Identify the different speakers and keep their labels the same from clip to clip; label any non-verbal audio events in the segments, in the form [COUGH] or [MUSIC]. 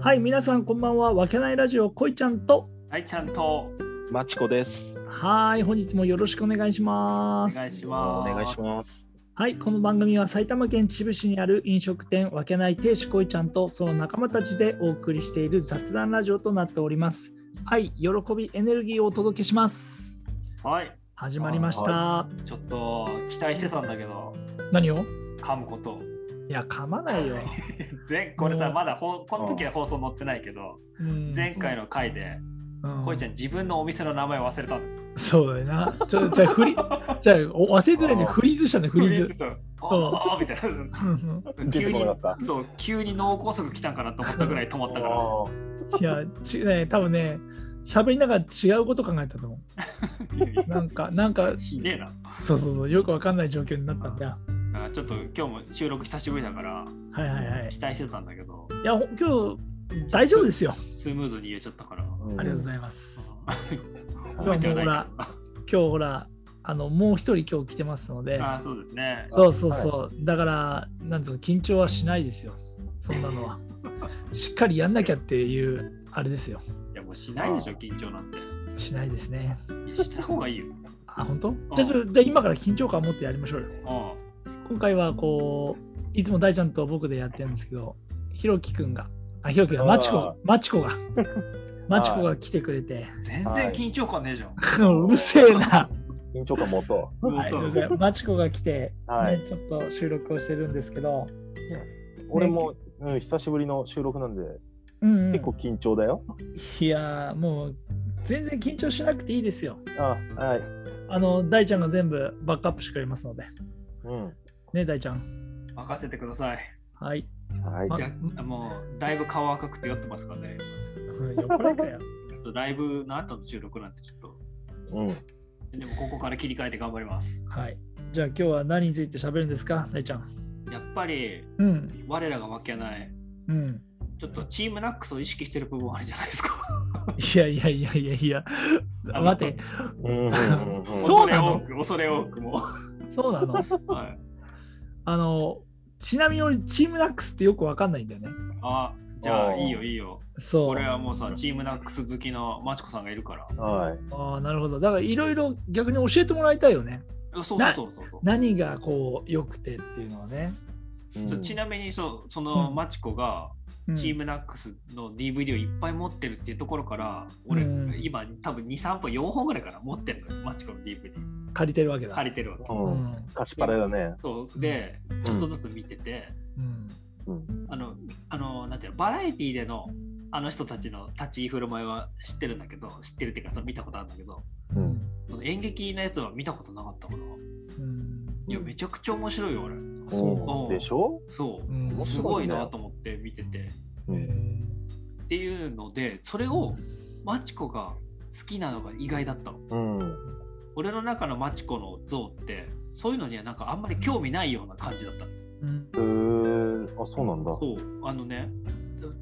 Speaker 1: はい、皆さんこんばんは。わけないラジオこいちゃんと。
Speaker 2: はい、ちゃんと
Speaker 3: マチコです。
Speaker 1: はい、本日もよろしくお願いしま
Speaker 2: お
Speaker 1: す。
Speaker 2: 願いし
Speaker 3: お
Speaker 2: ます。
Speaker 3: 願いします。
Speaker 1: はい、この番組は埼玉県秩父市にある飲食店わけない亭主こいちゃんとその仲間たちでお送りしている雑談ラジオとなっております。はい、喜びエネルギーをお届けします。
Speaker 2: はい、
Speaker 1: 始まりました。
Speaker 2: ちょっと期待してたんだけど、
Speaker 1: 何を？
Speaker 2: 噛むこと。
Speaker 1: いや噛まないよ。
Speaker 2: 前これさ、
Speaker 1: うん
Speaker 2: まだほんこの時は放送載ってないけど、
Speaker 1: うん
Speaker 2: 前回の回で、
Speaker 1: う
Speaker 2: こいちゃん自分のお店の名前忘れたんです。
Speaker 1: そうだよな。ちょっとじゃあフリじゃあお忘れてないね。
Speaker 3: あー
Speaker 1: フリーズしたね。フリーズ。
Speaker 2: そう。ああみたいな。
Speaker 1: うん
Speaker 3: 出
Speaker 2: 急
Speaker 3: てこ
Speaker 2: に
Speaker 3: なかっ。
Speaker 2: そう急に脳梗塞来たんかなと思ったぐらい止まったたから。
Speaker 1: いやちね多分ね喋りながら違うこと考えたと思 [LAUGHS] う。なんかなんか
Speaker 2: ひでえな。
Speaker 1: そうそうそうよくわかんない状況になったんだ。
Speaker 2: だからちょっと今日も収録久しぶりだから、
Speaker 1: はいはいはい。
Speaker 2: 期待してたんだけど、
Speaker 1: いやほ今日大丈夫ですよ。
Speaker 2: スムーズに言えちゃったから。
Speaker 3: あ
Speaker 1: ありがとうご
Speaker 3: い
Speaker 1: ざいます。
Speaker 2: うん
Speaker 1: 今日はもうほら
Speaker 2: [LAUGHS] 覚
Speaker 1: 今日ほらあのもう一人今日来てますの
Speaker 2: えて
Speaker 1: で
Speaker 2: は。ないけどあーそうですね。
Speaker 1: そうそうそう、だからなんつうの緊張はしないですよそんなのはしっかりやんなきゃっていうあれですよ
Speaker 2: いやもうしないでしょ、緊張なんて。
Speaker 1: しないですね
Speaker 2: いやした方 [LAUGHS] がいいよ。
Speaker 1: あ本当じゃあちょじゃあ今から緊張感を持ってやりましょうよ
Speaker 2: あ
Speaker 1: 今回はこういつも大ちゃんと僕でやってるんですけどひろきくんがあひろきが
Speaker 3: あー
Speaker 1: まちこまちこ
Speaker 3: [LAUGHS]
Speaker 1: がまちこが来てくれて
Speaker 2: あ全然緊張感ねえじゃん。
Speaker 1: [LAUGHS] うるせえ
Speaker 3: [LAUGHS]
Speaker 1: な
Speaker 3: 緊張感持とう。
Speaker 1: はいそ
Speaker 2: 本当
Speaker 1: うですねまちこが来て、
Speaker 3: はい
Speaker 1: ねちょっと収録をしてるんですけど
Speaker 3: 俺も、うん、久しぶりの収録なんで、
Speaker 1: うん、うん、
Speaker 3: 結構緊張だよ。
Speaker 1: いやーもう全然緊張しなくていいですよ
Speaker 3: あはい。
Speaker 1: あの大ちゃんが全部バックアップしてくれますので。
Speaker 3: うん。
Speaker 1: ね、大ちゃん。
Speaker 2: [LAUGHS] 任せてください。
Speaker 1: はい。
Speaker 3: はい
Speaker 1: ま。
Speaker 2: じゃもうだいぶ顔赤くて酔ってますからね。
Speaker 1: 横だ
Speaker 3: [LAUGHS]
Speaker 1: よ。
Speaker 2: ちょっとライブの後の収録なんてちょっと。
Speaker 3: うん。
Speaker 2: でもここから切り替えて頑張ります。
Speaker 1: はい。じゃあ今日は何について喋るんですか、大ちゃん。
Speaker 2: やっぱり
Speaker 1: うん。
Speaker 2: 我らが負けない。
Speaker 1: うん。
Speaker 2: ちょっとチームナックスを意識してる部分あるじゃないですか。
Speaker 1: いやいやいやいやいや。あ [LAUGHS] 待って、
Speaker 3: うん。
Speaker 1: そうなの
Speaker 2: 恐れ多く、恐れ多くも。
Speaker 1: そうな [LAUGHS] の。
Speaker 2: [LAUGHS] はい、
Speaker 1: あの、ちなみに俺、チームナックスってよくわかんないんだよね。
Speaker 2: あじゃあ
Speaker 3: あー
Speaker 2: いいよいいよ。
Speaker 1: そう。
Speaker 2: 俺はもうさ、チームナックス好きのマチコさんがいるから。
Speaker 3: はい。
Speaker 1: ああ、なるほど。だからいろいろ逆に教えてもらいたいよね。
Speaker 2: あそうそうそうそうそう。
Speaker 1: 何がこう、良くてっていうのはね。
Speaker 2: そううんちなみにそうそうの
Speaker 1: ん
Speaker 2: マチコが
Speaker 1: うん
Speaker 2: チームナックスの DVD をいっぱい持ってるっていうところから、俺、
Speaker 1: うん
Speaker 2: 今多分23本4本ぐらいかな持ってるのよマチコの DVD
Speaker 1: 借りてるわけだ。
Speaker 2: 借りてるわけ
Speaker 1: う
Speaker 3: うん。
Speaker 1: ん。
Speaker 3: 菓子パレだね。
Speaker 2: そうでちょっとずつ見てて、
Speaker 1: うん。
Speaker 3: うん。
Speaker 2: あのあのなんていうのバラエティでのあの人たちの立ち居振る舞いは知ってるんだけど知ってるっていうかその見たことあるんだけど
Speaker 3: うん。
Speaker 2: その演劇のやつは見たことなかったからい
Speaker 1: うん。
Speaker 2: や
Speaker 3: うん
Speaker 2: めちゃくちゃ面白いよ俺
Speaker 1: そ
Speaker 3: でしょ
Speaker 2: そうう、
Speaker 1: ん
Speaker 3: 面
Speaker 2: す
Speaker 3: 白
Speaker 2: ご
Speaker 3: い
Speaker 2: い
Speaker 3: ね
Speaker 2: なと思って見てて
Speaker 3: う。
Speaker 1: うんん。
Speaker 2: っていうのでそれをマチコが好きなのが意外だったの
Speaker 3: うん。
Speaker 2: 俺の中のマチコの像ってそういうのにはなんかあんまり興味ないような感じだったの
Speaker 1: うん
Speaker 3: えー、あ、そうなんだ。
Speaker 2: そうあのね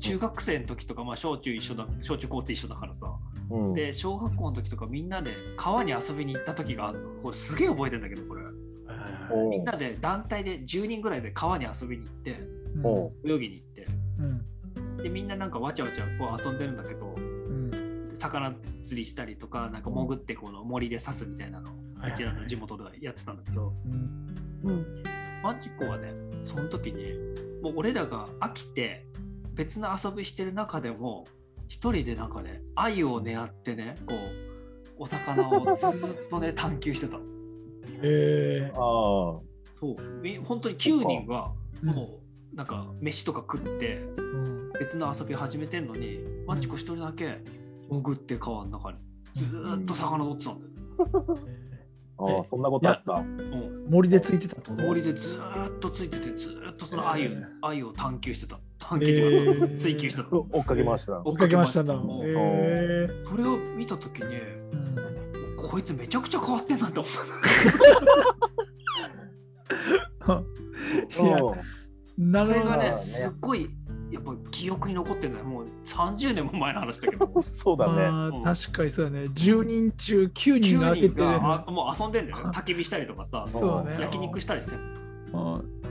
Speaker 2: 中学生の時とか、まあ、小中一緒だ小中高って一緒だからさ
Speaker 3: うん。
Speaker 2: で小学校の時とかみんなで川に遊びに行った時があるのこれすげえ覚えてんだけどこれ
Speaker 3: おう
Speaker 2: みんなで団体で10人ぐらいで川に遊びに行って
Speaker 3: おう
Speaker 2: 泳ぎに行っ
Speaker 1: うん
Speaker 2: てでみんななんかわちゃわちゃこう遊んでるんだけど
Speaker 1: うん
Speaker 2: 魚釣りしたりとかなんか潜ってこの森で刺すみたいなのを
Speaker 1: はいう
Speaker 2: ちらの地元ではやってたんだけど
Speaker 1: うん
Speaker 3: うん。
Speaker 2: マジコはねその時にもう俺らが飽きて別の遊びしてる中でも一人でなんかね鮎を狙ってねこうお魚をずっとね探求してたの
Speaker 1: へ
Speaker 3: ああ。
Speaker 2: そうみ本当に9人が
Speaker 1: うん
Speaker 2: もうなんか飯とか食って
Speaker 1: うん
Speaker 2: 別の遊び始めてんのにマジコ一人だけ潜って川の中にずーっと魚取ってたんだよ
Speaker 3: ああ、そんなことあった。
Speaker 2: うん
Speaker 1: 森でついてたと思う
Speaker 2: 森でずーっとついててずーっとその鮎
Speaker 1: えー
Speaker 2: 鮎を探求してた探求とか
Speaker 1: えー
Speaker 2: 追求してた
Speaker 3: 追っかけました。
Speaker 1: [LAUGHS] 追っかけましたんだ
Speaker 2: もう
Speaker 1: へえ
Speaker 2: それを見た時にこいつめちゃくちゃ変わってんなって思っ
Speaker 1: いやうんな
Speaker 2: たそ
Speaker 1: る
Speaker 2: れ
Speaker 1: ほ
Speaker 2: が
Speaker 1: ど
Speaker 2: ね
Speaker 3: ね
Speaker 2: すっごいやっぱ記憶に残ってるのよもう30年も前の話だ
Speaker 1: [LAUGHS]
Speaker 2: けど
Speaker 3: うん。そうだね。
Speaker 1: ま
Speaker 2: うん
Speaker 1: あ確かにそうだね10人中9人が
Speaker 2: 9
Speaker 1: 開け
Speaker 2: 人
Speaker 1: てる
Speaker 2: があもう遊んでんだよね焚き火したりとかさ
Speaker 3: あ
Speaker 1: そうね
Speaker 2: 焼肉したりして
Speaker 1: うん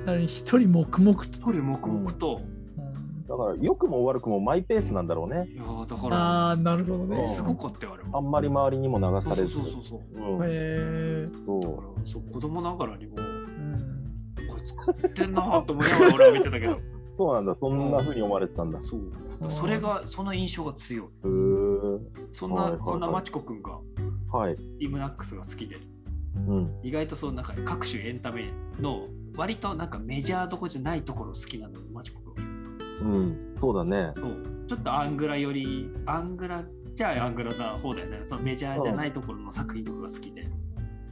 Speaker 1: なのに一人黙々と
Speaker 2: 一人黙々と
Speaker 1: うん
Speaker 3: だから良くも悪くもマイペースなんだろうね
Speaker 2: いやーだから
Speaker 1: ああ、なるほど
Speaker 3: ー
Speaker 1: ね。
Speaker 2: すごかったよあれ
Speaker 3: あ
Speaker 2: は。
Speaker 3: んまり周りにも流
Speaker 2: そ
Speaker 3: さ
Speaker 2: うそ
Speaker 3: れ
Speaker 2: う
Speaker 3: ず
Speaker 2: そうそう。
Speaker 3: うん
Speaker 1: へえ。
Speaker 2: だか
Speaker 3: そう
Speaker 2: らそう子供ながらにも
Speaker 1: うん
Speaker 2: こいつ買ってんなーと思いながら俺は見てたけど。
Speaker 3: そうなんだそんな風に思われてたんだ
Speaker 2: そう。それがその印象が強い。
Speaker 3: へー
Speaker 2: そんな、
Speaker 3: はいはいはい
Speaker 2: そんなマチコくんが
Speaker 3: はい
Speaker 2: イムナックスが好きで
Speaker 3: うん
Speaker 2: 意外とそのなんか各種エンタメの割となんかメジャーどこじゃないところ好きなのよマチコくん。
Speaker 3: うんそうだね
Speaker 2: そうちょっとアングラよりアングラじゃあアングラな方だよね。そのメジャーじゃないところの作品とかが好きで。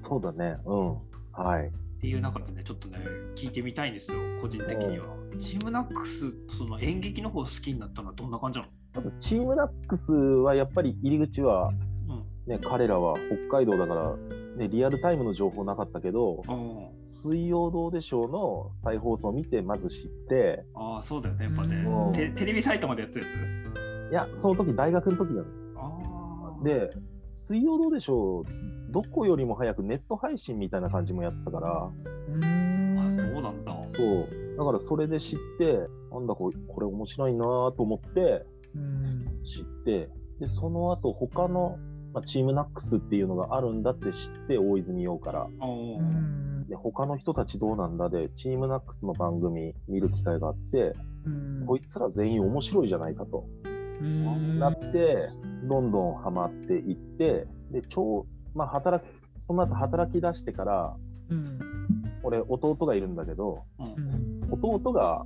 Speaker 3: そうだねうんはい
Speaker 2: っていう中でねちょっとね聞いてみたいんですよ個人的にはチームナックスその演劇の方好きになったのはどんな感じな
Speaker 3: あとチームナックスはやっぱり入り口は
Speaker 2: の
Speaker 3: ね彼らは北海道だからねリアルタイムの情報なかったけど
Speaker 2: うん
Speaker 3: 水曜どうでしょうの再放送を見てまず知って
Speaker 2: ああそうだよねやっぱね
Speaker 3: うん
Speaker 2: テテレビサイトまでやってたやつ
Speaker 3: いやその時大学の時なの
Speaker 2: ああ
Speaker 3: で「水曜どうでしょう」どこよりも早くネット配信みたいな感じもやったから
Speaker 2: あそう
Speaker 1: う
Speaker 2: なんだ
Speaker 3: そうだからそれで知ってなんだここれ面白いなと思って
Speaker 1: ん。
Speaker 3: 知ってでその後他の、まあ、チームナックスっていうのがあるんだって知って大泉洋から
Speaker 2: あ
Speaker 1: う
Speaker 2: ー
Speaker 1: ん
Speaker 3: で他の人たちどうなんだでチームナックスの番組見る機会があって
Speaker 1: うん
Speaker 3: こいつら全員面白いじゃないかと
Speaker 1: うん
Speaker 3: なってどんどんハマっていってでちょう、まあ、働きその後働き出してから
Speaker 1: うん
Speaker 3: 俺弟がいるんだけど
Speaker 2: うん
Speaker 1: うん
Speaker 3: 弟が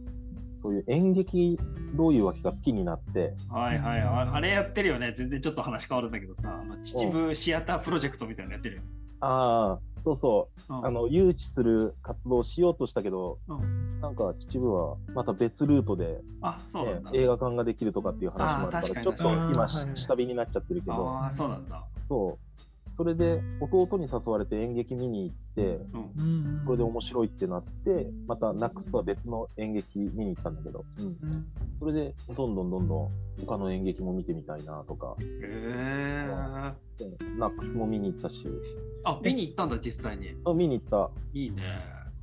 Speaker 3: そういう演劇どういうわけか好きになって
Speaker 2: はいはいああれやってるよね全然ちょっと話変わるんだけどさあの秩父シアタープロジェクトみたいなのやってるよね
Speaker 3: ああそうそう
Speaker 2: うん
Speaker 3: あの誘致する活動をしようとしたけど、
Speaker 2: う
Speaker 3: なんか秩父はまた別ルートで、
Speaker 2: あそうなんだ
Speaker 3: ね映画館ができるとかっていう話もあ
Speaker 2: あー
Speaker 3: る
Speaker 2: 確か
Speaker 3: か
Speaker 2: らに
Speaker 3: ちょっと
Speaker 1: あ
Speaker 3: 今
Speaker 1: ーはい
Speaker 3: 下火になっちゃってるけど
Speaker 2: ああそうなんだ
Speaker 3: そうそれで弟に誘われて演劇見に行って
Speaker 2: うん
Speaker 1: うん
Speaker 3: これで面白いってなってまたナックスとは別の演劇見に行ったんだけど、うん
Speaker 1: うん
Speaker 3: それでどんどんどんどん他の演劇も見てみたいなとか
Speaker 2: へえ
Speaker 3: でナックスも見に行ったし
Speaker 2: あ見に行ったんだ実際に
Speaker 3: あ見に行った
Speaker 2: いいね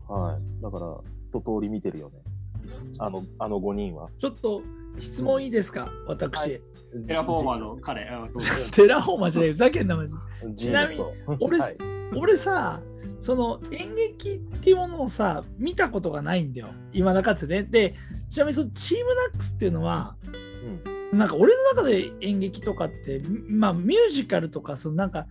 Speaker 3: はい。だから、一通り見てるよね。あの、あの5人は。
Speaker 1: ちょっと質問いいですか、私。
Speaker 2: テラフォーマーの彼あどうぞ
Speaker 1: テラフォーマーじゃない、ふざけんなマジで。
Speaker 3: ジ
Speaker 1: ちなみに俺
Speaker 3: はい
Speaker 1: 俺さ、その演劇っていうものをさ、見たことがないんだよ、今だかつてね。で、ちなみにそのチームナックスっていうのは、
Speaker 3: うん
Speaker 1: なんか俺の中で演劇とかって、まあミュージカルとか、そのなんか、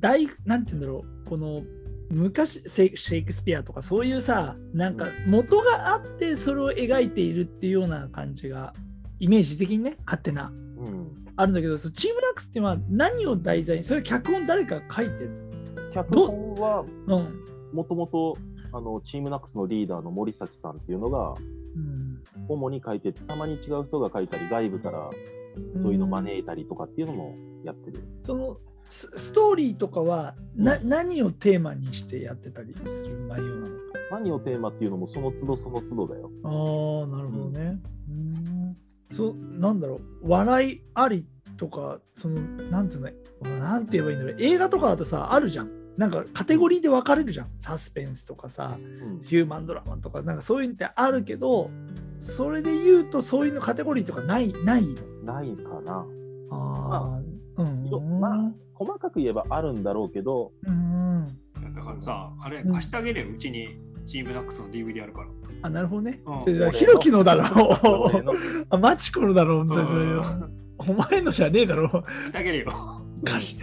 Speaker 1: 大、なんて言うんだろう、この、昔シェイシェイクスピアとかそういうさなんか元があってそれを描いているっていうような感じがイメージ的にね勝手な
Speaker 3: うん。
Speaker 1: あるんだけどそのチームラックスっていうのは何を題材にそれ脚本誰か書いてる
Speaker 3: 脚本は、
Speaker 1: うん、
Speaker 3: もともと、あの、チームナックスのリーダーの森崎さんっていうのが、
Speaker 1: うん
Speaker 3: 主に書いて、たまに違う人が書いたり、外部からそういうの招いたりとかっていうのもやってる。
Speaker 1: そのスストーリーとかはな何をテーマにしてやってたりする内容なの
Speaker 3: 何をテーマっていうのも、その都度その都度だよ。
Speaker 1: かああなるほどねうんそうなんだろう笑いありとかそのなんていうのなんて言えばいいんだろう映画とかだとさあるじゃんなんかカテゴリーで分かれるじゃんサスペンスとかさ
Speaker 3: うん
Speaker 1: ヒューマンドラマとかなんかそういうのってあるけどそれで言うとそういうのカテゴリーとかないない
Speaker 3: ないかな。
Speaker 1: ああうん
Speaker 3: よまあ、細かく言えばあるんだろうけど、
Speaker 1: うん
Speaker 2: だからさ、あれ
Speaker 1: うん
Speaker 2: 貸してあげるよ、うちにチームナックスの DVD あるから。
Speaker 1: あなるほどね
Speaker 2: うん
Speaker 1: でひろきのだろ
Speaker 3: 俺の
Speaker 1: うあマチコのだろう本当にそれ
Speaker 2: う
Speaker 1: よ
Speaker 2: ん
Speaker 1: お前のじゃねえだろ
Speaker 2: 貸してあげるよ。
Speaker 1: 貸し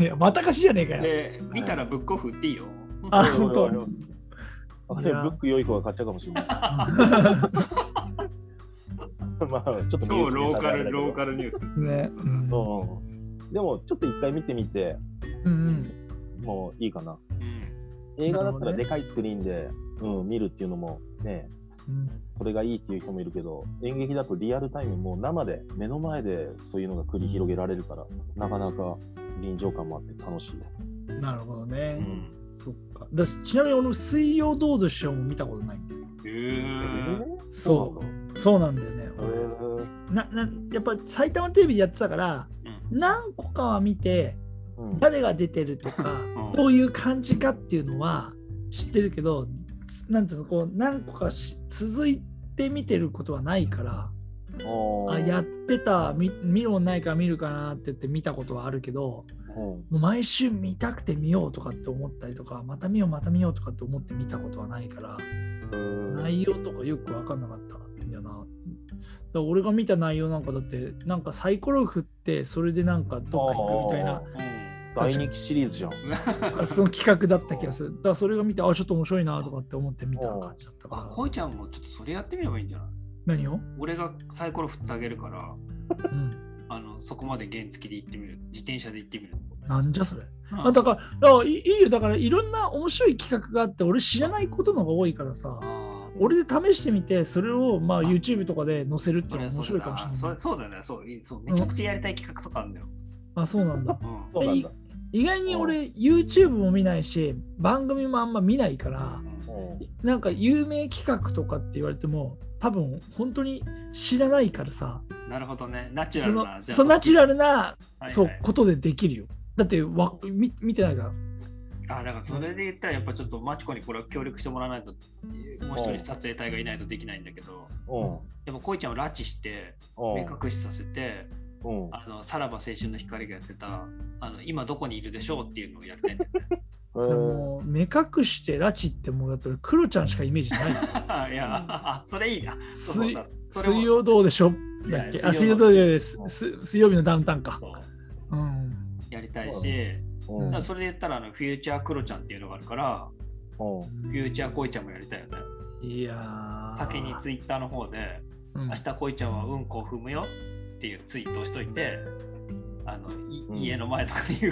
Speaker 1: いやまた貸しじゃねえかよ
Speaker 2: で、見たらブックオフ売っていいよ。
Speaker 1: あ
Speaker 3: うん
Speaker 1: 本当
Speaker 3: うんあでもブック良い子が買っちゃうかもしれない。
Speaker 1: [LAUGHS]
Speaker 3: まあ、ちょっと
Speaker 2: 超ローカル、ロー
Speaker 3: ル。
Speaker 2: カルニュースで
Speaker 1: [LAUGHS]
Speaker 2: す。
Speaker 1: ねうん
Speaker 3: うん、でも、ちょっと一回見てみて、
Speaker 1: うん
Speaker 3: もういいかな。
Speaker 2: うん
Speaker 3: 映画だ
Speaker 1: なる
Speaker 3: った
Speaker 1: ほど
Speaker 3: ら
Speaker 1: ね
Speaker 3: でかいスクリーンで、うん、見るっていうのもね、
Speaker 1: うん
Speaker 3: それがいいっていう人もいるけど、演劇だとリアルタイム、もう生で、目の前でそういうのが繰り広げられるから、なかなか臨場感もあって楽しい。
Speaker 1: なるほどね
Speaker 2: うん
Speaker 1: そっかだしちなみに俺も水曜どうでしょうも見たことないんだよ
Speaker 2: へー
Speaker 1: そう
Speaker 3: なん
Speaker 1: うそうなんだよね
Speaker 3: だ。へー
Speaker 1: ななやっぱ埼玉テレビでやってたから
Speaker 2: うん
Speaker 1: 何個かは見て
Speaker 3: うん
Speaker 1: 誰が出てるとか、
Speaker 2: うん
Speaker 1: どういう感じかっていうのは知ってるけど、なんつうの、こう、何個かし続いて見てることはないから、
Speaker 3: あ
Speaker 1: あやってた見見るもんないから見るかなって言って見たことはあるけど
Speaker 3: うん
Speaker 1: もう毎週見たくて見ようとかって思ったりとかまた見ようまた見ようとかって思って見たことはないから内容とかよく分かんなかったんだよな。だから俺が見た内容なんかだってなんかサイコロ振ってそれでなんかどっか行くみたいな
Speaker 3: 大人気シリーズじゃん。
Speaker 2: うん
Speaker 1: その企画だった気がする。だからそれが見て、あ、ちょっと面白いなとかって思って見た感じだった
Speaker 2: あ、
Speaker 1: か
Speaker 2: こ
Speaker 1: ら。
Speaker 2: いちゃんもちょっとそれやってみればいいんじゃない
Speaker 1: 何を、
Speaker 2: 俺がサイコロ振ってあげるから、
Speaker 1: うん、
Speaker 2: あのそこまで原付で行ってみる。自転車で行ってみる。
Speaker 1: なんじゃそれ。
Speaker 2: うん
Speaker 1: あだからあい、いいよ。だからいろんな面白い企画があって、俺知らないことのが多いからさ
Speaker 2: あ。ー
Speaker 1: 俺で試してみて、それをまあ YouTube とかで載せるって
Speaker 2: そ
Speaker 1: いうの
Speaker 2: れ
Speaker 1: は
Speaker 2: そ
Speaker 1: 面
Speaker 2: れ
Speaker 1: 白いかもしれ
Speaker 2: そ
Speaker 1: な
Speaker 2: れ
Speaker 1: い。
Speaker 2: そうだねそういそうめちゃくちゃやりたい企画とかあるんだよ、
Speaker 1: あ、そうなんだ。
Speaker 2: うん
Speaker 3: そうなんだ。
Speaker 1: 意外に俺 YouTube も見ないし、番組もあんま見ないから、
Speaker 2: う
Speaker 3: うん
Speaker 1: なんか有名企画とかって言われても、多分本当に知らないからさ、
Speaker 2: んなるほどねナチュラ
Speaker 1: そ
Speaker 2: ル
Speaker 1: の
Speaker 2: な
Speaker 1: そのナチュラ
Speaker 2: ル、
Speaker 1: ルな
Speaker 2: はいはい
Speaker 1: そうことでできるよ。だってわ見見てないから。
Speaker 2: あだからそれで言ったらやっぱちょっとマチコにこれは協力してもらわないともう一人撮影隊がいないとできないんだけど
Speaker 3: うん
Speaker 2: でもこいちゃんを拉致して目隠しさせて
Speaker 3: うんうん
Speaker 2: あのさらば青春の光がやってたあの今どこにいるでしょうっていうのをやりたいんだよ
Speaker 3: えー
Speaker 1: もう目隠して拉致ってもうだったらクロちゃんしかイメージないよ。
Speaker 2: ね [LAUGHS] いやそれいいなそうそう
Speaker 1: 水
Speaker 2: だそれも
Speaker 1: 水曜どうでしょだっ
Speaker 2: い
Speaker 1: け
Speaker 2: や
Speaker 1: あ水
Speaker 2: 水曜
Speaker 1: 曜
Speaker 2: ど
Speaker 1: ど
Speaker 2: う
Speaker 1: う
Speaker 2: でしょ
Speaker 1: ですす水曜日のダウンタウンか。
Speaker 2: そ
Speaker 1: う
Speaker 2: う
Speaker 1: ん。
Speaker 2: やりたい
Speaker 3: そ
Speaker 2: し
Speaker 3: うだうん
Speaker 2: だからそれで言ったらあのフューチャークロちゃんっていうのがあるから
Speaker 3: うん
Speaker 2: フューチャーこいちゃんもやりたいよね
Speaker 1: いやー
Speaker 2: 先にツイッターの方で
Speaker 1: うん
Speaker 2: 明日こいちゃんはうんこを踏むよっていうツイートをしといてあのい
Speaker 3: うん
Speaker 2: 家の前とかに踏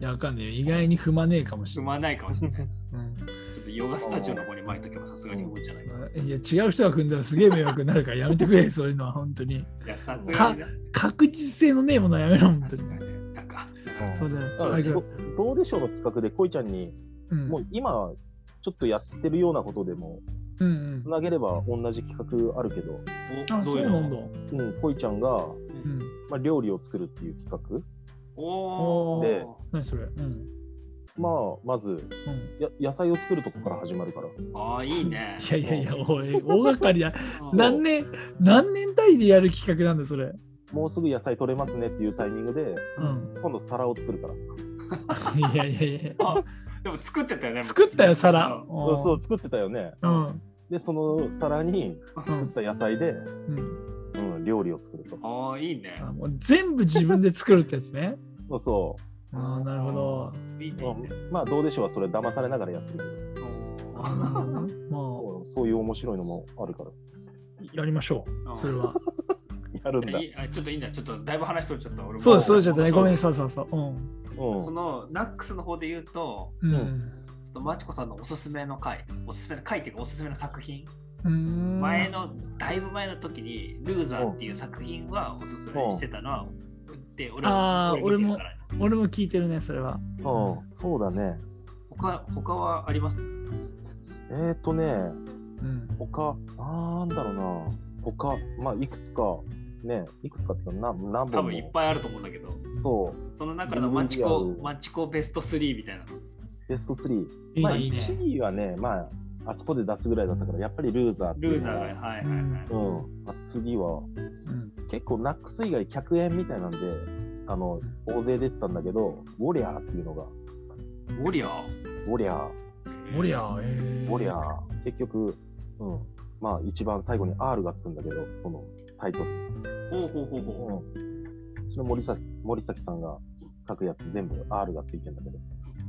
Speaker 1: いや、わかんないよ。意外に踏まねえかもしれない。
Speaker 2: まないかもしれない
Speaker 1: うん
Speaker 2: ちょっとヨガスタジオの方に巻いとけばさすがに踏むんじゃないか
Speaker 1: いや違う人が踏んだらすげえ迷惑になるからやめてくれ、 [LAUGHS] そういうのは本当に。
Speaker 2: いやさすがにね
Speaker 1: 確実性のねえものはやめろ、本当
Speaker 2: 確
Speaker 1: に
Speaker 2: か。にねなんか
Speaker 1: そうだよ
Speaker 3: だか
Speaker 1: は
Speaker 3: ら
Speaker 1: い
Speaker 3: どどうでしょうの企画で、こいちゃんに、
Speaker 1: うん
Speaker 3: もう今、ちょっとやってるようなことでも、
Speaker 1: うんうん
Speaker 3: つなげれば同じ企画あるけど、
Speaker 2: お
Speaker 1: あ、
Speaker 2: ど
Speaker 1: そう
Speaker 2: いうう
Speaker 1: なん
Speaker 2: の
Speaker 1: だ。
Speaker 3: うん、こいちゃんが、
Speaker 1: うん。
Speaker 3: まあ、料理を作るっていう企
Speaker 2: お
Speaker 3: で
Speaker 2: お
Speaker 1: 何それうん。
Speaker 3: 画、まあ、まず
Speaker 1: うん、
Speaker 3: や、野菜を作るとこから始まるから、
Speaker 2: ああいいね
Speaker 1: [LAUGHS] いやいやいや、おい、大掛かりだ。
Speaker 2: うん
Speaker 1: 何年、何年単位でやる企画なんだ、それ。
Speaker 3: もうすぐ野菜取れますねっていうタイミングで、
Speaker 1: うん。
Speaker 3: 今度、皿を作るから。
Speaker 1: いやいやいや。
Speaker 2: あでも作ってたよね
Speaker 1: 作ったよ、皿。
Speaker 2: うん
Speaker 1: うん
Speaker 3: そう、作ってたよね。
Speaker 1: うん。
Speaker 3: で、その皿に
Speaker 1: う
Speaker 3: 作っ
Speaker 1: ん。
Speaker 3: た野菜で、
Speaker 1: うん。
Speaker 3: うん、料理を作ると。
Speaker 2: ああいいね
Speaker 1: あもう全部自分で作るってやつね。
Speaker 3: そうそ
Speaker 1: ああ、なるほど。
Speaker 2: いいね
Speaker 3: う。うんまあ、どうでしょうはそれ、騙されながらやってるけど
Speaker 2: お
Speaker 1: あ
Speaker 2: ー
Speaker 1: ーま
Speaker 3: そう、そういう面白いのもあるから。
Speaker 1: あ、やりましょう。それは。
Speaker 3: やるんだ
Speaker 2: い。やいいあちょっといいんだ、ちょっとだいぶ話しとれちゃった。俺も
Speaker 1: そうです、そうです。ね。ごめん、
Speaker 2: そ
Speaker 1: そううそうそう。うん。
Speaker 3: うん
Speaker 2: そのナックスの方で言うと、
Speaker 1: う。
Speaker 3: うん
Speaker 2: ちょっとマチコさんのおすすめの回、おすすめの回っていうか、おすすめの作品、
Speaker 1: うん
Speaker 2: 前の、だいぶ前の時に、ルーザーっていう作品はおすすめしてたのは、で、俺
Speaker 1: あ
Speaker 2: は
Speaker 1: ー
Speaker 2: 見てるから
Speaker 1: 俺も聞いてるね、それは。
Speaker 3: うん、そうだね。
Speaker 2: 他他はあります
Speaker 3: えー、っとね、
Speaker 1: うん。
Speaker 3: 他、なんだろうな、他、まあ、いくつか、ね、いくつかっていうか、な何
Speaker 2: 多
Speaker 3: 本
Speaker 2: 分いっ
Speaker 3: も、
Speaker 2: ぱいあると思うんだけど、
Speaker 3: そう、
Speaker 2: その中のマチコ
Speaker 3: ルーザー
Speaker 2: マチコベスト3みたいなの。
Speaker 3: ベスト3。
Speaker 1: いい
Speaker 3: まあ、
Speaker 1: ね、いいね。
Speaker 3: 1位はね、まあ、あそこで出すぐらいだったから、やっぱりルーザーってい
Speaker 2: ルー
Speaker 3: う
Speaker 2: ザ
Speaker 3: の
Speaker 2: ーが、
Speaker 3: が
Speaker 2: はいはいはい。
Speaker 3: うん、あ次は、
Speaker 1: うん。
Speaker 3: 結構、ナックス以外、客演みたいなんで、あの、大勢出てたんだけど、ウォリアーっていうのが、
Speaker 2: ウォリアー
Speaker 3: ウォリアー、
Speaker 1: モリアー、え
Speaker 3: ウォリアー、結局、うん、まあ、一番最後に R がつくんだけど、そのタイトル。
Speaker 2: ほうほうほうほう。
Speaker 3: うん、その森崎森崎さんが書くやつ全部 R がついてんだけど、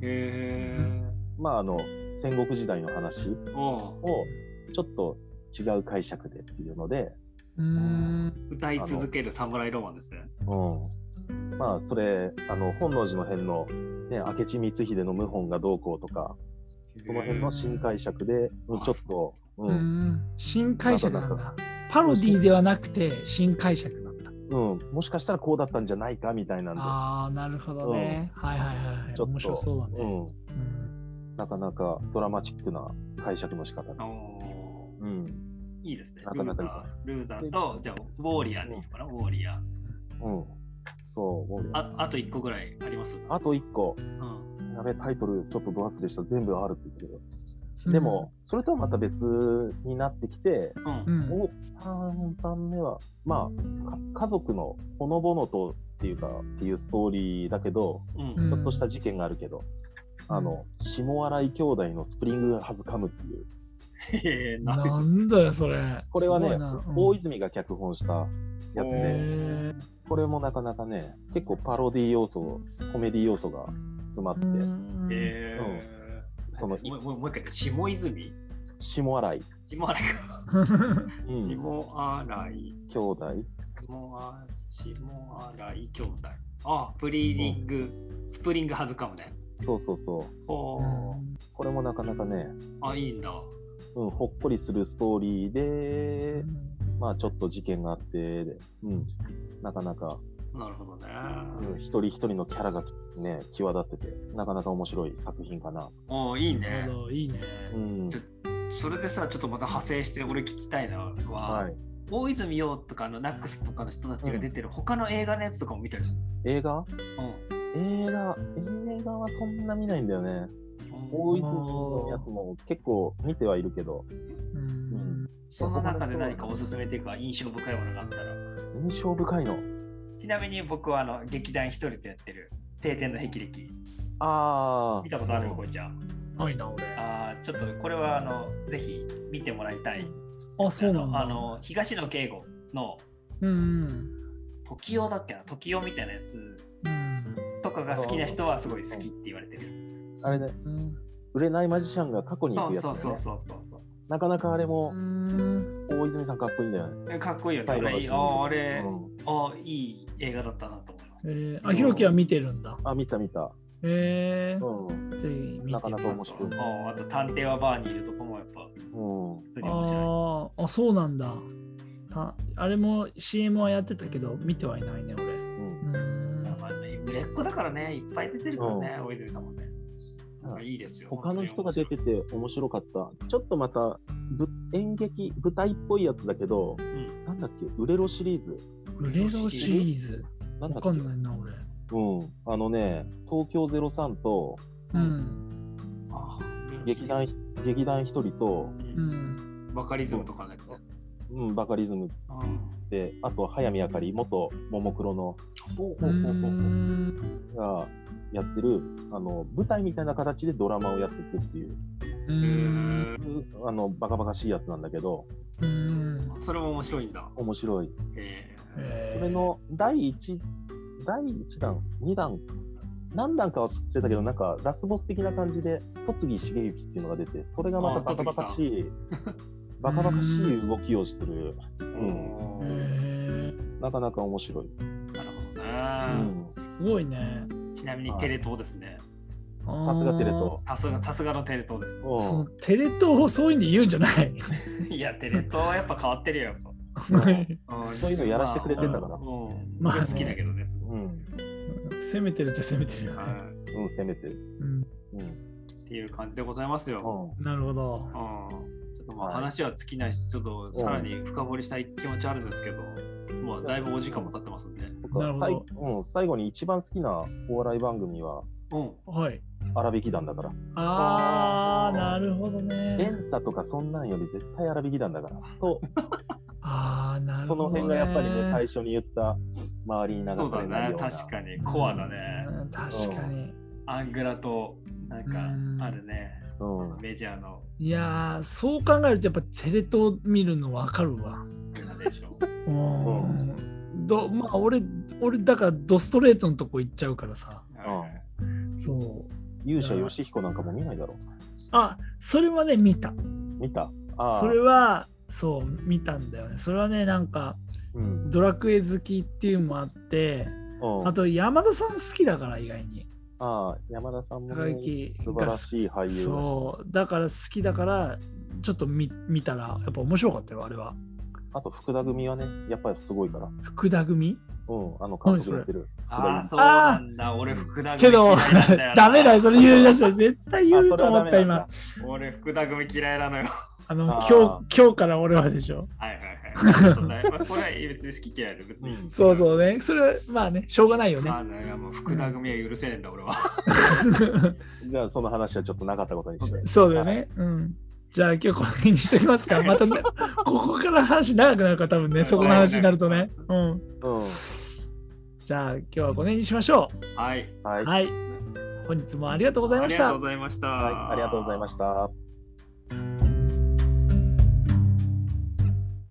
Speaker 2: へ
Speaker 3: まああの戦国時代の話
Speaker 2: え。おう
Speaker 3: をちょっと違う解釈でっていうので、
Speaker 1: うーん。
Speaker 2: 歌い続ける侍ロマンですね。
Speaker 3: うん、まあそれあの本能寺の辺の、ね、明智光秀の謀反がどうこうとかその辺の新解釈で、うん
Speaker 2: あ
Speaker 3: ちょっと、う
Speaker 1: うんん新解釈なん
Speaker 3: なんかな
Speaker 1: だ。パロディではなくて新解釈なんだ。
Speaker 3: うん、もしかしたらこうだったんじゃないかみたいなんで。
Speaker 1: ああ、なるほどね。はいはいはいはい。
Speaker 3: ちょっと
Speaker 1: 面白そうだ
Speaker 3: う
Speaker 1: ね。
Speaker 3: ん、
Speaker 1: うん
Speaker 3: なかなかドラマチックな解釈の仕方で、
Speaker 2: おー
Speaker 3: うん
Speaker 2: いいですね。
Speaker 3: な
Speaker 2: ル
Speaker 3: か
Speaker 2: ー
Speaker 3: な
Speaker 2: ザ
Speaker 3: かいい
Speaker 2: ー、ルーザーと、じゃあ、ウォーリアーでいいのかな、ウォーリアー。
Speaker 3: うん、そうウォリアー
Speaker 2: ああと1個ぐらいあります。
Speaker 3: あと1個、
Speaker 2: うん、
Speaker 3: やべ、タイトルちょっとど忘れした、全部 R って言ってるよ。でも、それとはまた別になってきて、
Speaker 2: うん
Speaker 1: う。ん、
Speaker 3: お3番目は、まあ、か家族のほのぼのとっていうか、っていうストーリーだけど、
Speaker 2: うん。 [LAUGHS]
Speaker 1: うん
Speaker 3: ちょっとした事件があるけど、あの、下洗い兄弟のスプリングが弾かむっていう、
Speaker 2: へえ、なる
Speaker 1: な
Speaker 2: ほ
Speaker 1: んだよそれ
Speaker 3: これは
Speaker 1: すご
Speaker 3: ね
Speaker 1: いな、
Speaker 3: 大泉が脚本したやつ
Speaker 1: へ
Speaker 2: おー
Speaker 3: で、
Speaker 1: ー
Speaker 3: これもなかなかね、結構パロディ要素、コメディ要素が詰まって、
Speaker 2: ど。へえ。
Speaker 3: その、い
Speaker 2: もうもうもう一回、下泉
Speaker 3: 下洗い、
Speaker 2: 下洗いか。
Speaker 3: うん、
Speaker 2: 下洗い。
Speaker 3: 兄弟、
Speaker 2: 下洗い兄弟。あ、プリーリング、スプリングはずかもね。
Speaker 3: そうそうそう、
Speaker 2: おー
Speaker 3: これもなかなかね、
Speaker 2: あ、いいんだ。
Speaker 3: うん、ほっこりするストーリーで、まあちょっと事件があって、でうん、なかなか、
Speaker 2: なるほどね。
Speaker 3: うん、一人一人のキャラがね、際立ってて、なかなか面白い作品かな。
Speaker 2: おーいい
Speaker 1: [LAUGHS] な
Speaker 2: ね
Speaker 1: る。ほどいいね
Speaker 3: うん
Speaker 2: ちょ。それでさ、ちょっとまた派生して、俺聞きたいのは、
Speaker 3: はい。
Speaker 2: 大泉洋とかのナックスとかの人たちが出てる他の映画のやつとかも見たりする。
Speaker 3: 映画
Speaker 2: うん。
Speaker 3: 映画、映画はそんな見ないんだよね。大泉のやつも結構見てはいるけど、
Speaker 1: うん
Speaker 2: その中で何かおすすめというか印象深いものがあったら。
Speaker 3: 印象深いの。
Speaker 2: ちなみに僕はあの劇団一人でやってる晴天の霹靂
Speaker 3: ああ。
Speaker 2: 見たことあるこいちゃん。
Speaker 1: ないな俺
Speaker 2: あーちょっとこれはあのぜひ見てもらいたい。
Speaker 1: あそうなんだ
Speaker 2: あのあの東野圭吾の
Speaker 1: うんうん
Speaker 2: 時代だっけな時代みたいなやつ
Speaker 1: うん
Speaker 2: とかが好きな人はすごい好きって言われてる。
Speaker 3: あれね、
Speaker 1: うん
Speaker 3: 売れないマジシャンが過去に行
Speaker 2: そ
Speaker 3: く
Speaker 2: う
Speaker 3: やつ、ね
Speaker 2: そう。そうそうそうそう。
Speaker 3: なかなかあれも、
Speaker 1: うん
Speaker 3: 大泉さんかっこいいんだよね。
Speaker 2: えかっこいいよね。あ
Speaker 3: 最後の
Speaker 2: れ
Speaker 3: シーン
Speaker 2: あーあれ、
Speaker 3: うん
Speaker 2: あーいい映画だったなと思います。
Speaker 1: えーあひろきは見てるんだ
Speaker 3: あ、見た見た。
Speaker 1: えー
Speaker 3: うん。
Speaker 1: ぜひ見てみ
Speaker 3: なかなか面白い
Speaker 2: あーあと探偵はバーにいるとこもやっぱ
Speaker 3: うん。
Speaker 2: 普通に面白
Speaker 1: あーあそうなんだああれも CM はやってたけど見てはいないね俺
Speaker 3: うん。
Speaker 1: う
Speaker 2: い。
Speaker 1: ん
Speaker 2: まあね売れっ子だからね、いっぱい出てるからね、大泉さんもね。なんかいいですよ。
Speaker 3: 他の人が出てて面白かった。ちょっとまた、ぶ演劇、舞台っぽいやつだけど、
Speaker 2: うん
Speaker 3: なんだっけ、売れろシリーズ。
Speaker 1: 売れろシリーズ
Speaker 3: なんだ
Speaker 1: わ
Speaker 3: っけ、
Speaker 1: か
Speaker 3: うん
Speaker 1: ないな俺
Speaker 3: ん。あのね、東京03と
Speaker 1: うん
Speaker 2: あー
Speaker 3: 劇団、劇団一人と、
Speaker 1: う
Speaker 2: うん
Speaker 1: ん
Speaker 2: バカリズムとかのやつね。
Speaker 3: うん、バカリズ
Speaker 2: う
Speaker 3: ム
Speaker 2: ん
Speaker 3: で、あと、早見あかり、元ももクロの、
Speaker 2: ほう
Speaker 1: う
Speaker 2: ほうほうほうほう。
Speaker 1: ん
Speaker 3: がやってる、あの、舞台みたいな形でドラマをやっていくっていう、
Speaker 1: う
Speaker 2: うんん
Speaker 3: あの、バカバカしいやつなんだけど、
Speaker 1: うん
Speaker 2: それも面白いんだ。
Speaker 3: 面白い。
Speaker 2: え
Speaker 1: え
Speaker 3: そ
Speaker 1: ー
Speaker 3: れの第1、第1弾、2弾、何弾かは忘れたけど、なんかラスボス的な感じで、戸次重幸っていうのが出て、それがまた
Speaker 2: あ
Speaker 3: バカバカしい、
Speaker 1: ん
Speaker 3: バカバカしい動きをしてる、
Speaker 2: ー
Speaker 3: ん
Speaker 2: お
Speaker 1: え
Speaker 2: ー
Speaker 1: ー
Speaker 3: なかなか面白い。
Speaker 2: なるほど
Speaker 3: う
Speaker 2: ね。
Speaker 3: ん、さ
Speaker 1: すごいね
Speaker 2: ちなみにテレ東ですね。
Speaker 3: すがテレ東。
Speaker 2: さすがさすがのテレ東です。
Speaker 1: あーその
Speaker 3: う
Speaker 1: テレ東をそういうんで言うんじゃない
Speaker 3: [LAUGHS]
Speaker 2: いや、テレ東はやっぱ変わってるよ、やっぱ。ん
Speaker 3: そういうのやらしてくれてんだから
Speaker 2: うん
Speaker 1: まあ
Speaker 2: 僕好きだけどね。
Speaker 3: ん、うん、
Speaker 1: 攻めてるっちゃ攻めてるよ
Speaker 2: は
Speaker 1: ね
Speaker 2: い
Speaker 3: うん、攻めてる。
Speaker 1: うん
Speaker 3: うん、
Speaker 2: っていう感じでございますよ。
Speaker 3: うん
Speaker 1: なるほど
Speaker 2: うんちょっとま
Speaker 3: は
Speaker 2: あ
Speaker 3: い
Speaker 2: 話は尽きないし、ちょっとさらに深掘りしたい気持ちあるんですけど、まあだいぶお時間も経ってますんで。
Speaker 3: 僕
Speaker 1: な
Speaker 3: は
Speaker 1: るほ
Speaker 3: さい
Speaker 1: ど
Speaker 3: うん、最後に一番好きなお笑い番組は、
Speaker 2: うん。
Speaker 1: はい
Speaker 3: 荒引き団だから。
Speaker 1: あ
Speaker 2: あー
Speaker 1: ーなるほど
Speaker 3: エ
Speaker 1: ね
Speaker 3: ンタとかそんなんより絶対荒引き団だから。と、
Speaker 1: あーなる
Speaker 3: そ
Speaker 1: ほ
Speaker 3: の
Speaker 1: どね
Speaker 3: 辺がやっぱりね、最初に言った、周りに流
Speaker 2: そう
Speaker 3: さ
Speaker 2: だ
Speaker 3: れない
Speaker 2: ね
Speaker 3: よ、うな。
Speaker 2: 確かに。コアだね。
Speaker 1: うん確かに
Speaker 2: アングラと、な
Speaker 1: うん
Speaker 2: んか、あるね。
Speaker 3: うん
Speaker 2: メジャーの
Speaker 1: いやーそう考えるとやっぱテレ東見るの分かるわ。
Speaker 2: グラデーション。
Speaker 1: うんどまあ俺俺だからドストレートのとこ行っちゃうからさ。
Speaker 2: はい
Speaker 1: そう。
Speaker 3: 勇者ヨシヒコなんかも見ないだろ
Speaker 1: あそれはね見た。
Speaker 3: う。見たああ
Speaker 1: それはそう見たんだよね。それはねなんか
Speaker 3: うん。
Speaker 1: ドラクエ好きっていうのもあって
Speaker 3: うん、
Speaker 1: あと山田さん好きだから意外に
Speaker 3: ああ、山田さんも、
Speaker 1: 高
Speaker 3: ね、
Speaker 1: 木
Speaker 3: 素晴
Speaker 1: が
Speaker 3: ら
Speaker 1: 好
Speaker 3: しい俳優だし
Speaker 1: そうだから好きだからちょっと見見たらやっぱ面白かったよあれは。
Speaker 3: あと福田組はね、やっぱりすごいから。
Speaker 1: 福田組
Speaker 3: うん、あの監督やってる。
Speaker 2: ああ、そうなんだ。俺、福田組
Speaker 1: け [LAUGHS] ど
Speaker 2: 嫌いなんよな、
Speaker 1: ダメだよ、それ言い出したら絶対言
Speaker 3: あ、
Speaker 1: う
Speaker 3: そ
Speaker 1: と
Speaker 3: れは
Speaker 1: 思っ
Speaker 3: ダメ
Speaker 1: た、
Speaker 3: なん
Speaker 1: 今
Speaker 3: だ。。
Speaker 2: 俺、福田組嫌いなのよ。
Speaker 1: あの
Speaker 3: あー
Speaker 1: 今日今日から俺はでしょ。
Speaker 2: はい
Speaker 1: [LAUGHS]
Speaker 2: はいはい。そうねまあこれは別に好き嫌いで別に。
Speaker 1: そうそうね。それはまあね、しょうがないよね
Speaker 2: ま。あね、もう福田組は許せねえんだ俺は。
Speaker 3: じゃあその話はちょっとなかったことにして。
Speaker 1: [LAUGHS] そうだよね。うん。じゃあ今日この辺にしときますか。またね、
Speaker 3: [LAUGHS]
Speaker 1: ここから話長くなるから多分ね、そこの話になるとね。うん。
Speaker 3: うん。
Speaker 1: じゃあ今日はこの辺にしましょ
Speaker 2: はい。
Speaker 1: う。
Speaker 3: はい。
Speaker 1: はい。本日もありがとうござい
Speaker 2: あ
Speaker 1: ま
Speaker 2: り
Speaker 1: し
Speaker 2: が
Speaker 1: た
Speaker 2: とう。ございました。
Speaker 3: はい、ありがとうございました。